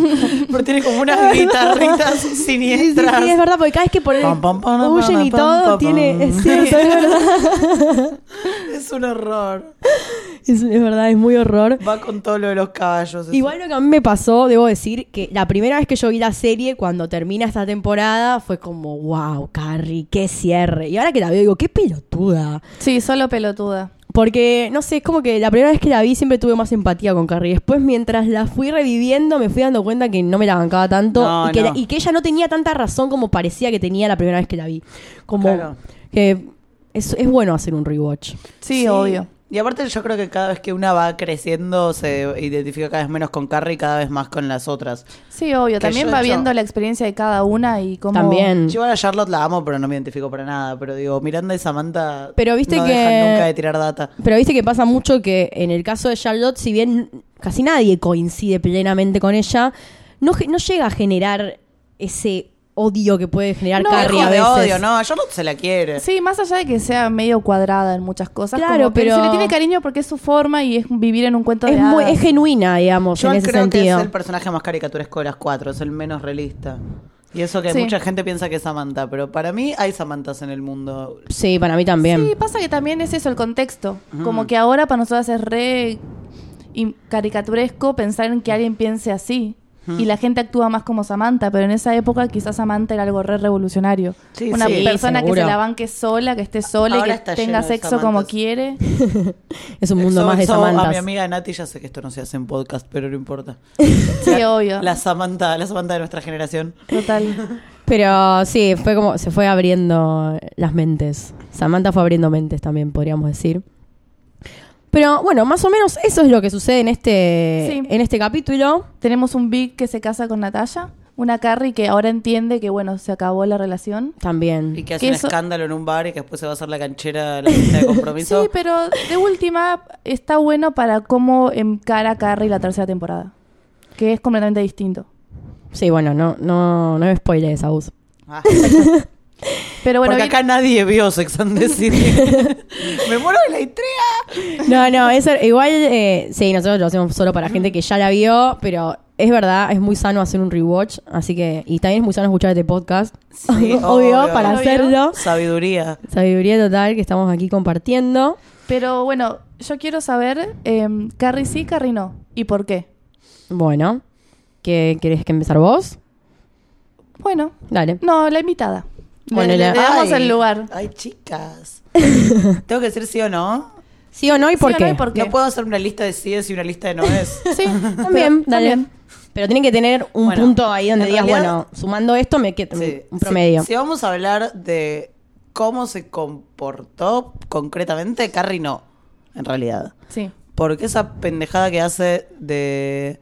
[SPEAKER 3] Pero tiene como unas guitarritas
[SPEAKER 1] Sí, sí,
[SPEAKER 3] siniestras.
[SPEAKER 1] sí, es verdad, porque cada vez que por él
[SPEAKER 3] Pam, pam, pam,
[SPEAKER 1] huyen
[SPEAKER 3] pam,
[SPEAKER 1] y
[SPEAKER 3] pam,
[SPEAKER 1] todo,
[SPEAKER 3] pam, pam.
[SPEAKER 1] tiene... Es cierto, es verdad. <laughs>
[SPEAKER 3] Es un horror.
[SPEAKER 1] Es, es verdad, es muy horror.
[SPEAKER 3] Va con todo lo de los caballos. eso.
[SPEAKER 1] Igual lo que a mí me pasó, debo decir, que la primera vez que yo vi la serie, cuando termina esta temporada, fue como, wow, Carrie, qué cierre. Y ahora que la veo, digo, qué pelotuda.
[SPEAKER 2] Sí, solo pelotuda.
[SPEAKER 1] Porque, no sé, es como que la primera vez que la vi siempre tuve más empatía con Carrie. Después, mientras la fui reviviendo, me fui dando cuenta que no me la bancaba tanto
[SPEAKER 3] No,
[SPEAKER 1] y, que
[SPEAKER 3] no.
[SPEAKER 1] y que ella no tenía tanta razón como parecía que tenía la primera vez que la vi. Como
[SPEAKER 3] Claro.
[SPEAKER 1] que es, es bueno hacer un rewatch.
[SPEAKER 2] Sí, obvio.
[SPEAKER 3] Y aparte yo creo que cada vez que una va creciendo se identifica cada vez menos con Carrie y cada vez más con las otras.
[SPEAKER 2] Sí, obvio.
[SPEAKER 3] Que
[SPEAKER 2] También
[SPEAKER 3] yo-
[SPEAKER 2] va
[SPEAKER 3] yo-
[SPEAKER 2] viendo la experiencia de cada una y cómo...
[SPEAKER 1] También.
[SPEAKER 3] Yo a Charlotte la amo, pero no me identifico para nada. Pero digo, Miranda y Samantha
[SPEAKER 1] Pero viste
[SPEAKER 3] no
[SPEAKER 1] que-
[SPEAKER 3] dejan nunca de tirar data.
[SPEAKER 1] Pero viste que pasa mucho que en el caso de Charlotte, si bien casi nadie coincide plenamente con ella, no, ge- no llega a generar ese odio que puede generar
[SPEAKER 2] No,
[SPEAKER 1] Carrie a
[SPEAKER 3] Dejo de
[SPEAKER 1] veces.
[SPEAKER 3] odio, no, a Charlotte se la quiere.
[SPEAKER 2] Sí, más allá de que sea medio cuadrada en muchas cosas.
[SPEAKER 1] Claro,
[SPEAKER 2] como que
[SPEAKER 1] pero-
[SPEAKER 2] Se le tiene cariño porque es su forma y es vivir en un cuento
[SPEAKER 1] Es,
[SPEAKER 2] de
[SPEAKER 1] muy,
[SPEAKER 2] hadas.
[SPEAKER 1] es genuina, digamos,
[SPEAKER 3] Yo
[SPEAKER 1] en
[SPEAKER 3] creo
[SPEAKER 1] ese
[SPEAKER 3] que
[SPEAKER 1] sentido.
[SPEAKER 3] es el personaje más caricaturesco de las cuatro, es el menos realista. Y eso que
[SPEAKER 2] Sí.
[SPEAKER 3] mucha gente piensa que es Samantha, pero para mí hay Samanthas en el mundo.
[SPEAKER 1] Sí, para mí también.
[SPEAKER 2] Sí, pasa que también es eso, el contexto. Como que ahora para nosotras es re in- caricaturesco pensar en que alguien piense así. Y la gente actúa más como Samantha, pero en esa época quizás Samantha era algo re revolucionario.
[SPEAKER 3] Sí,
[SPEAKER 2] Una
[SPEAKER 3] sí,
[SPEAKER 2] persona que
[SPEAKER 1] seguro.
[SPEAKER 2] se la banque sola, que esté sola
[SPEAKER 3] Ahora
[SPEAKER 2] y
[SPEAKER 3] está
[SPEAKER 2] que
[SPEAKER 3] lleno
[SPEAKER 2] tenga
[SPEAKER 3] de
[SPEAKER 2] sexo como
[SPEAKER 3] Samanthas. <laughs>
[SPEAKER 2] quiere.
[SPEAKER 1] Es un mundo
[SPEAKER 3] So-
[SPEAKER 1] más de
[SPEAKER 3] so, A mi
[SPEAKER 1] Samantas.
[SPEAKER 3] amiga Nati, ya sé que esto no se hace en podcast, pero no importa.
[SPEAKER 2] Sí, obvio.
[SPEAKER 3] La Samantha, la Samantha de nuestra generación.
[SPEAKER 2] Total.
[SPEAKER 1] Pero sí, fue como se fue abriendo las mentes. Samantha fue abriendo mentes también, podríamos decir. Pero bueno, más o menos eso es lo que sucede en este
[SPEAKER 2] Sí.
[SPEAKER 1] en este capítulo.
[SPEAKER 2] Tenemos un Vic que se casa con Natalia. Una Carrie que ahora entiende que, bueno, se acabó la relación.
[SPEAKER 3] Y
[SPEAKER 1] También.
[SPEAKER 3] que hace
[SPEAKER 2] Que
[SPEAKER 3] un
[SPEAKER 2] eso-
[SPEAKER 3] escándalo en un bar y que después se va a hacer la canchera de la lista
[SPEAKER 1] <laughs>
[SPEAKER 3] de compromiso.
[SPEAKER 2] Sí, pero de última está bueno para cómo encara Carrie la tercera temporada, que es completamente distinto.
[SPEAKER 1] Sí, bueno, no no no me spoilees, Agus.
[SPEAKER 3] Ah,
[SPEAKER 2] Pero bueno,
[SPEAKER 3] porque
[SPEAKER 2] Vic-
[SPEAKER 3] acá nadie vio Sex and
[SPEAKER 1] <laughs>
[SPEAKER 3] the City. Me muero de la intriga.
[SPEAKER 1] No, no, eso igual eh, sí, nosotros lo hacemos solo para gente que ya la vio, pero es verdad, es muy sano hacer un rewatch, así que y también es muy sano escuchar este podcast.
[SPEAKER 3] Sí,
[SPEAKER 1] <laughs> obvio,
[SPEAKER 3] obvio.
[SPEAKER 1] para
[SPEAKER 2] Obvio.
[SPEAKER 1] hacerlo.
[SPEAKER 3] Sabiduría.
[SPEAKER 1] Sabiduría total que estamos aquí compartiendo.
[SPEAKER 2] pero bueno, yo quiero saber em, Carrie sí, Carrie no, y por qué.
[SPEAKER 1] Bueno, ¿qué querés que empezar vos?
[SPEAKER 2] Bueno,
[SPEAKER 1] Dale.
[SPEAKER 2] no, la invitada. Le-
[SPEAKER 1] Bueno,
[SPEAKER 2] le,
[SPEAKER 1] la-
[SPEAKER 2] le damos
[SPEAKER 3] Ay,
[SPEAKER 2] el lugar.
[SPEAKER 3] <laughs> Ay,
[SPEAKER 1] <laughs>
[SPEAKER 3] chicas. Tengo que decir sí o no.
[SPEAKER 1] ¿Sí o no y por
[SPEAKER 2] ¿Sí o
[SPEAKER 1] qué?
[SPEAKER 2] no y por qué?
[SPEAKER 3] No puedo hacer una lista de síes y una lista de noes.
[SPEAKER 2] Sí,
[SPEAKER 1] También,
[SPEAKER 2] pero-
[SPEAKER 1] dale.
[SPEAKER 2] también.
[SPEAKER 1] Pero tienen que tener un
[SPEAKER 3] Bueno,
[SPEAKER 1] punto ahí donde
[SPEAKER 3] en
[SPEAKER 1] digas,
[SPEAKER 3] realidad-
[SPEAKER 1] bueno, sumando esto me quedo
[SPEAKER 3] Sí.
[SPEAKER 1] <laughs> un promedio.
[SPEAKER 3] Si, si vamos a hablar de cómo se comportó concretamente, Carrie no, en realidad.
[SPEAKER 2] Sí.
[SPEAKER 3] Porque esa pendejada que hace de...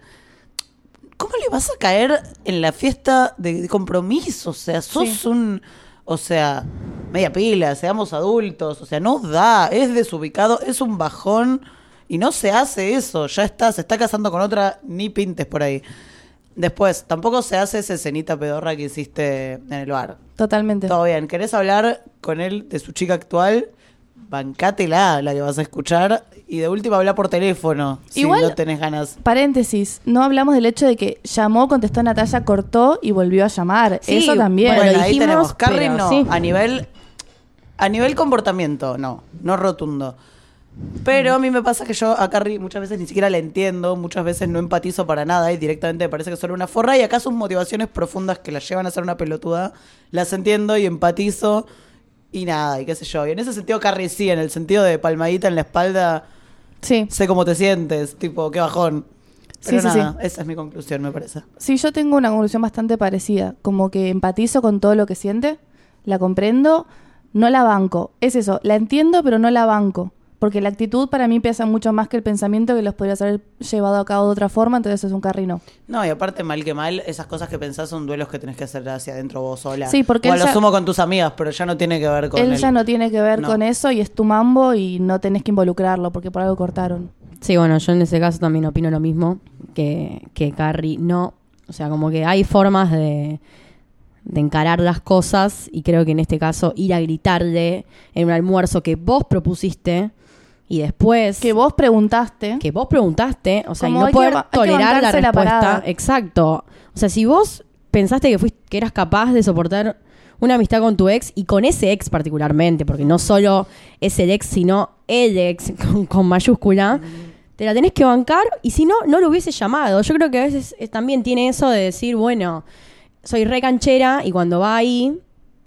[SPEAKER 3] ¿Cómo le vas a caer en la fiesta de compromiso? O sea, sos
[SPEAKER 2] Sí.
[SPEAKER 3] un, O sea, media pila, seamos adultos. O sea, no da. Es desubicado, es un bajón. Y no se hace eso. Ya está, se está casando con otra, ni pintes por ahí. Después, tampoco se hace esa escenita pedorra que hiciste en el bar.
[SPEAKER 2] Totalmente.
[SPEAKER 3] Todo bien. ¿Querés hablar con él de su chica actual? Bancátela, la que vas a escuchar. Y de última, habla por teléfono.
[SPEAKER 2] Igual-
[SPEAKER 3] Si no tenés ganas.
[SPEAKER 2] Paréntesis, no hablamos del hecho de que llamó, contestó a Natalia, cortó y volvió a llamar.
[SPEAKER 1] Sí,
[SPEAKER 2] Eso también.
[SPEAKER 1] Bueno,
[SPEAKER 3] Bueno,
[SPEAKER 1] lo
[SPEAKER 3] ahí
[SPEAKER 1] dijimos,
[SPEAKER 3] tenemos. Carrie
[SPEAKER 1] pero
[SPEAKER 3] no.
[SPEAKER 1] sí.
[SPEAKER 3] A nivel. A nivel comportamiento, no. No rotundo. Pero a mí me pasa que yo a Carrie muchas veces ni siquiera la entiendo, muchas veces no empatizo para nada y directamente me parece que es solo una forra. Y acá sus motivaciones profundas que la llevan a ser una pelotuda, las entiendo y empatizo y nada, y qué sé yo. Y en ese sentido, Carrie sí, en el sentido de palmadita en la espalda,
[SPEAKER 2] Sí.
[SPEAKER 3] sé cómo te sientes, tipo, qué bajón. Pero
[SPEAKER 2] Sí, sí,
[SPEAKER 3] nada, esa es mi conclusión, me parece.
[SPEAKER 2] Sí, yo tengo una conclusión bastante parecida. Como que empatizo con todo lo que siente, la comprendo, no la banco. Es eso, la entiendo, pero no la banco. Porque la actitud para mí pesa mucho más que el pensamiento que los podrías haber llevado a cabo de otra forma, entonces es un carrino.
[SPEAKER 3] No, y aparte, mal que mal, esas cosas que pensás son duelos que tenés que hacer hacia adentro vos sola.
[SPEAKER 2] Sí, porque
[SPEAKER 3] o a
[SPEAKER 2] él
[SPEAKER 3] lo
[SPEAKER 2] ya-
[SPEAKER 3] sumo con tus amigas, pero ya no tiene que ver con
[SPEAKER 2] Él
[SPEAKER 3] el-
[SPEAKER 2] ya no tiene que ver
[SPEAKER 3] No.
[SPEAKER 2] con eso y es tu mambo y no tenés que involucrarlo porque por algo cortaron.
[SPEAKER 1] Sí, bueno, yo en ese caso también opino lo mismo que, que Carrie. No, o sea, como que hay formas de, de encarar las cosas y creo que en este caso ir a gritarle en un almuerzo que vos propusiste y después
[SPEAKER 2] Que vos preguntaste.
[SPEAKER 1] que vos preguntaste, o sea, y
[SPEAKER 2] Como
[SPEAKER 1] no
[SPEAKER 2] hay que
[SPEAKER 1] poder
[SPEAKER 2] ba- hay que
[SPEAKER 1] tolerar la
[SPEAKER 2] bancarse la
[SPEAKER 1] respuesta.
[SPEAKER 2] parada.
[SPEAKER 1] Exacto. O sea, si vos pensaste que fuiste, que eras capaz de soportar una amistad con tu ex y con ese ex particularmente, porque no solo es el ex, sino el ex <laughs> con, con mayúscula, te la tenés que bancar y si no, no lo hubiese llamado. Yo creo que a veces eh, también tiene eso de decir, bueno, soy re canchera y cuando va ahí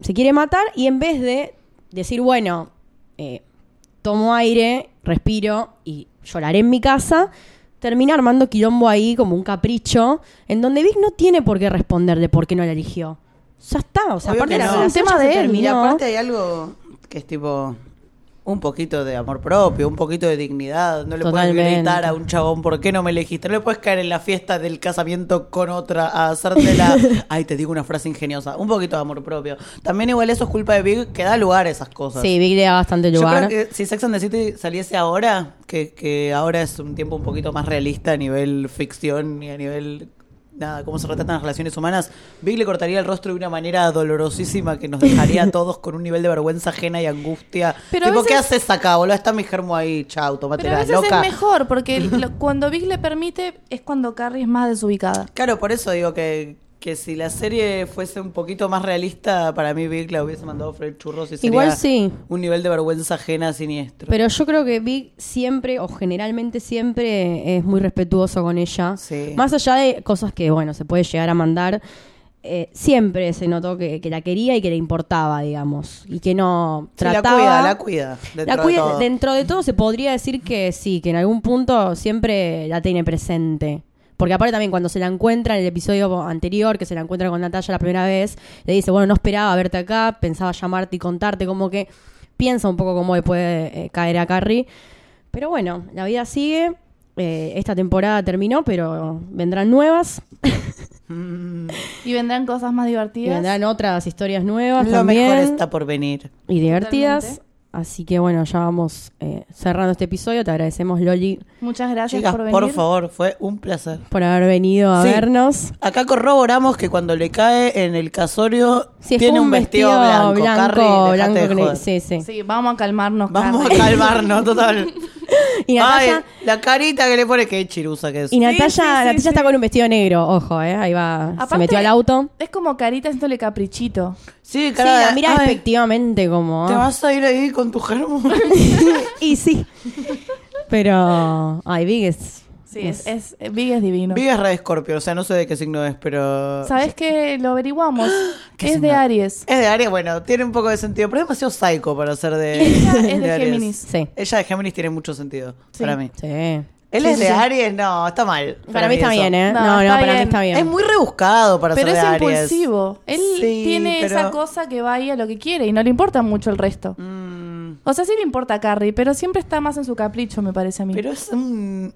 [SPEAKER 1] se quiere matar y en vez de decir, bueno, eh, tomo aire, respiro y lloraré en mi casa, termina armando quilombo ahí como un capricho, en donde Vic no tiene por qué responder de por qué no la eligió. Ya está, o sea,
[SPEAKER 3] Obvio
[SPEAKER 1] aparte
[SPEAKER 3] que
[SPEAKER 1] la
[SPEAKER 3] no.
[SPEAKER 1] relación
[SPEAKER 2] Es un tema
[SPEAKER 1] ya se
[SPEAKER 2] de él,
[SPEAKER 3] Y
[SPEAKER 1] terminó.
[SPEAKER 3] aparte hay algo que es tipo un poquito de amor propio, un poquito de dignidad. No le puedes
[SPEAKER 1] Totalmente.
[SPEAKER 3] gritar a un chabón, ¿por qué no me elegiste? No le puedes caer en la fiesta del casamiento con otra
[SPEAKER 1] <laughs>
[SPEAKER 3] a hacértela. Ay, te digo una frase ingeniosa. Un poquito de amor propio. También, igual, eso es culpa de Big, que da lugar a esas cosas.
[SPEAKER 1] Sí, Vic le da bastante
[SPEAKER 3] Yo
[SPEAKER 1] lugar.
[SPEAKER 3] creo que si Sex and the City saliese ahora, que, que ahora es un tiempo un poquito más realista a nivel ficción y a nivel nada, cómo se retratan las relaciones humanas, Big le cortaría el rostro de una manera dolorosísima que nos dejaría a todos con un nivel de vergüenza ajena y angustia.
[SPEAKER 2] Pero a
[SPEAKER 3] tipo, ¿qué
[SPEAKER 2] veces-
[SPEAKER 3] haces acá, boludo? Está mi germo ahí,
[SPEAKER 2] Pero
[SPEAKER 3] chau,
[SPEAKER 2] a
[SPEAKER 3] tómatela,
[SPEAKER 2] veces
[SPEAKER 3] loca.
[SPEAKER 2] es mejor
[SPEAKER 3] <laughs>
[SPEAKER 2] porque lo- cuando Vic le permite es cuando Carrie es más desubicada.
[SPEAKER 3] Claro, por eso digo que, que si la serie fuese un poquito más realista, para mí Big la hubiese mandado a freír churros y sería
[SPEAKER 1] Igual sí.
[SPEAKER 3] un nivel de vergüenza ajena siniestro.
[SPEAKER 1] Pero yo creo que Vic siempre, o generalmente siempre, es muy respetuoso con ella.
[SPEAKER 3] Sí.
[SPEAKER 1] Más allá de cosas que, bueno, se puede llegar a mandar, eh, siempre se notó que, que la quería y que le importaba, digamos. Y que no
[SPEAKER 3] Sí, la
[SPEAKER 1] trataba...
[SPEAKER 3] cuida, la cuida. dentro
[SPEAKER 1] La
[SPEAKER 3] de
[SPEAKER 1] cuida-
[SPEAKER 3] todo.
[SPEAKER 1] dentro de todo se podría decir que sí, que en algún punto siempre la tiene presente. Porque aparte también cuando se la encuentra en el episodio anterior, que se la encuentra con Natalia la primera vez, le dice, bueno, no esperaba verte acá, pensaba llamarte y contarte, como que piensa un poco cómo le puede eh, caer a Carrie. Pero bueno, la vida sigue. Eh, esta temporada terminó, pero vendrán nuevas.
[SPEAKER 2] Y vendrán cosas más
[SPEAKER 1] Y
[SPEAKER 2] divertidas.
[SPEAKER 1] vendrán otras historias nuevas
[SPEAKER 3] Lo
[SPEAKER 1] también.
[SPEAKER 3] mejor está por venir.
[SPEAKER 1] y divertidas.
[SPEAKER 2] Totalmente.
[SPEAKER 1] Así que bueno, ya vamos eh, cerrando este episodio. Te agradecemos, Loli,
[SPEAKER 2] Muchas gracias
[SPEAKER 3] Chicas,
[SPEAKER 2] por
[SPEAKER 3] por,
[SPEAKER 2] venir.
[SPEAKER 3] favor, fue un placer.
[SPEAKER 1] por haber venido a
[SPEAKER 3] Sí.
[SPEAKER 1] vernos.
[SPEAKER 3] Acá corroboramos que cuando le cae en el casorio
[SPEAKER 1] Sí, es
[SPEAKER 3] tiene
[SPEAKER 1] como
[SPEAKER 3] un vestido, blanco. Carrie, dejate de
[SPEAKER 1] blanco que le-
[SPEAKER 3] joder.
[SPEAKER 1] sí, sí.
[SPEAKER 2] Sí, vamos a calmarnos.
[SPEAKER 3] Vamos a
[SPEAKER 2] Carrie.
[SPEAKER 3] calmarnos, total.
[SPEAKER 1] Y Natalia,
[SPEAKER 3] Ay, la carita que le pone, que chirusa que es.
[SPEAKER 1] y Natalia,
[SPEAKER 2] sí, sí,
[SPEAKER 1] Natalia
[SPEAKER 2] sí.
[SPEAKER 1] está con un vestido negro, ojo, eh, ahí va,
[SPEAKER 2] Aparte,
[SPEAKER 1] se metió al auto.
[SPEAKER 2] <laughs> Es como carita haciéndole caprichito.
[SPEAKER 3] Sí,
[SPEAKER 1] Sí,
[SPEAKER 3] cara de-
[SPEAKER 1] la mira
[SPEAKER 3] ay,
[SPEAKER 1] despectivamente como. ah".
[SPEAKER 3] Te vas a ir ahí con tu germo.
[SPEAKER 1] <laughs> y sí. Pero ay, Big es
[SPEAKER 2] Sí, es, es, Big es divino.
[SPEAKER 3] Vive re escorpio, o sea, no sé de qué signo es, pero...
[SPEAKER 2] ¿Sabes qué? Lo averiguamos.
[SPEAKER 3] <gasps> ¿Qué
[SPEAKER 2] es de
[SPEAKER 3] signo?
[SPEAKER 2] Aries.
[SPEAKER 3] Es de Aries, bueno, tiene un poco de sentido, pero es demasiado psycho para ser <laughs> de...
[SPEAKER 2] Ella es de
[SPEAKER 3] Aries.
[SPEAKER 2] Géminis.
[SPEAKER 1] sí.
[SPEAKER 3] Ella de Géminis tiene mucho sentido,
[SPEAKER 2] Sí.
[SPEAKER 3] para mí.
[SPEAKER 1] Sí.
[SPEAKER 3] Él
[SPEAKER 2] Sí,
[SPEAKER 3] es
[SPEAKER 2] sí,
[SPEAKER 3] de
[SPEAKER 2] sí.
[SPEAKER 3] Aries, no, está mal.
[SPEAKER 1] Para, mí está
[SPEAKER 3] eso.
[SPEAKER 1] bien, ¿eh?
[SPEAKER 2] No,
[SPEAKER 1] No, no,
[SPEAKER 2] está
[SPEAKER 1] para mí
[SPEAKER 2] bien.
[SPEAKER 1] está bien.
[SPEAKER 3] Es muy rebuscado para
[SPEAKER 2] Pero
[SPEAKER 3] ser
[SPEAKER 2] es
[SPEAKER 3] de Aries.
[SPEAKER 2] impulsivo. Él
[SPEAKER 3] Sí,
[SPEAKER 2] tiene
[SPEAKER 3] pero-
[SPEAKER 2] esa cosa que va ahí a lo que quiere y no le importa mucho el resto.
[SPEAKER 3] Mm,
[SPEAKER 2] O sea, sí le importa a Carrie, pero siempre está más en su capricho, me parece a mí.
[SPEAKER 3] pero es un...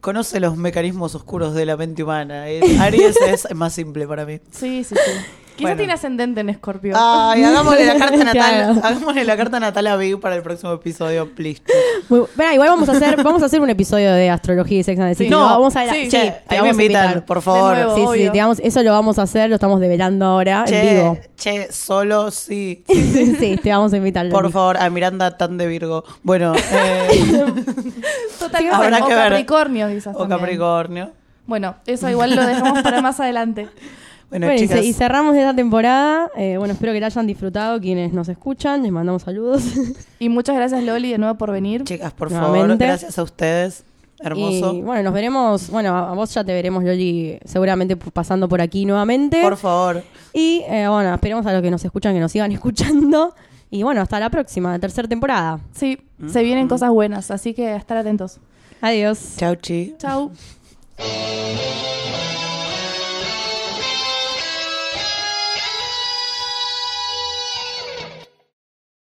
[SPEAKER 3] Conoce <laughs> los mecanismos oscuros de la mente humana. Es- Aries es más simple para mí. <laughs>
[SPEAKER 2] Sí, sí, sí. Quizás
[SPEAKER 3] Bueno. Ah,
[SPEAKER 2] tiene ascendente en Escorpio.
[SPEAKER 3] Ay, hagámosle la
[SPEAKER 1] <laughs>
[SPEAKER 3] carta natal.
[SPEAKER 1] Claro.
[SPEAKER 3] hagámosle la carta natal a Big para el próximo episodio, please.
[SPEAKER 1] Muy bu- Pará, igual vamos a hacer vamos a hacer un episodio de astrología y sex and the City.
[SPEAKER 3] No,
[SPEAKER 1] vamos a che,
[SPEAKER 2] sí,
[SPEAKER 3] Che,
[SPEAKER 1] te
[SPEAKER 3] ahí me
[SPEAKER 1] vamos a
[SPEAKER 3] invitan,
[SPEAKER 1] invitar.
[SPEAKER 3] por favor.
[SPEAKER 2] De nuevo.
[SPEAKER 1] Sí, sí,
[SPEAKER 2] Obvio.
[SPEAKER 1] te vamos- eso lo vamos a hacer, lo estamos develando ahora ah, en vivo.
[SPEAKER 3] Che, che, solo sí.
[SPEAKER 1] Sí, sí, te vamos a invitar.
[SPEAKER 3] Por
[SPEAKER 1] Loli.
[SPEAKER 3] favor, a Miranda tan de Virgo.
[SPEAKER 1] <laughs>
[SPEAKER 3] Bueno, eh,
[SPEAKER 2] Totalmente.
[SPEAKER 3] habrá
[SPEAKER 2] o
[SPEAKER 3] que ver.
[SPEAKER 2] Capricornio, quizás.
[SPEAKER 3] o
[SPEAKER 2] también.
[SPEAKER 3] Capricornio.
[SPEAKER 2] Bueno, eso igual lo dejamos para más adelante.
[SPEAKER 3] Bueno,
[SPEAKER 1] Bueno, y
[SPEAKER 3] chicas.
[SPEAKER 1] ce- y cerramos esta temporada. Eh, bueno, espero que la hayan disfrutado quienes nos escuchan. Les mandamos saludos.
[SPEAKER 2] Y muchas gracias, Loli, de nuevo por venir.
[SPEAKER 3] Chicas, por favor,
[SPEAKER 1] Nuevamente.
[SPEAKER 3] gracias a ustedes. Hermoso.
[SPEAKER 1] Y bueno, nos veremos. Bueno, a a vos ya te veremos, Loli, seguramente p- pasando por aquí nuevamente.
[SPEAKER 3] Por favor.
[SPEAKER 1] Y eh, bueno, esperemos a los que nos escuchan que nos sigan <laughs> escuchando. Y bueno, hasta la próxima, la tercera temporada.
[SPEAKER 2] Sí,
[SPEAKER 3] ¿Mm?
[SPEAKER 2] se vienen cosas buenas, así que estar atentos.
[SPEAKER 1] Adiós.
[SPEAKER 3] Chau, chi.
[SPEAKER 2] Chau.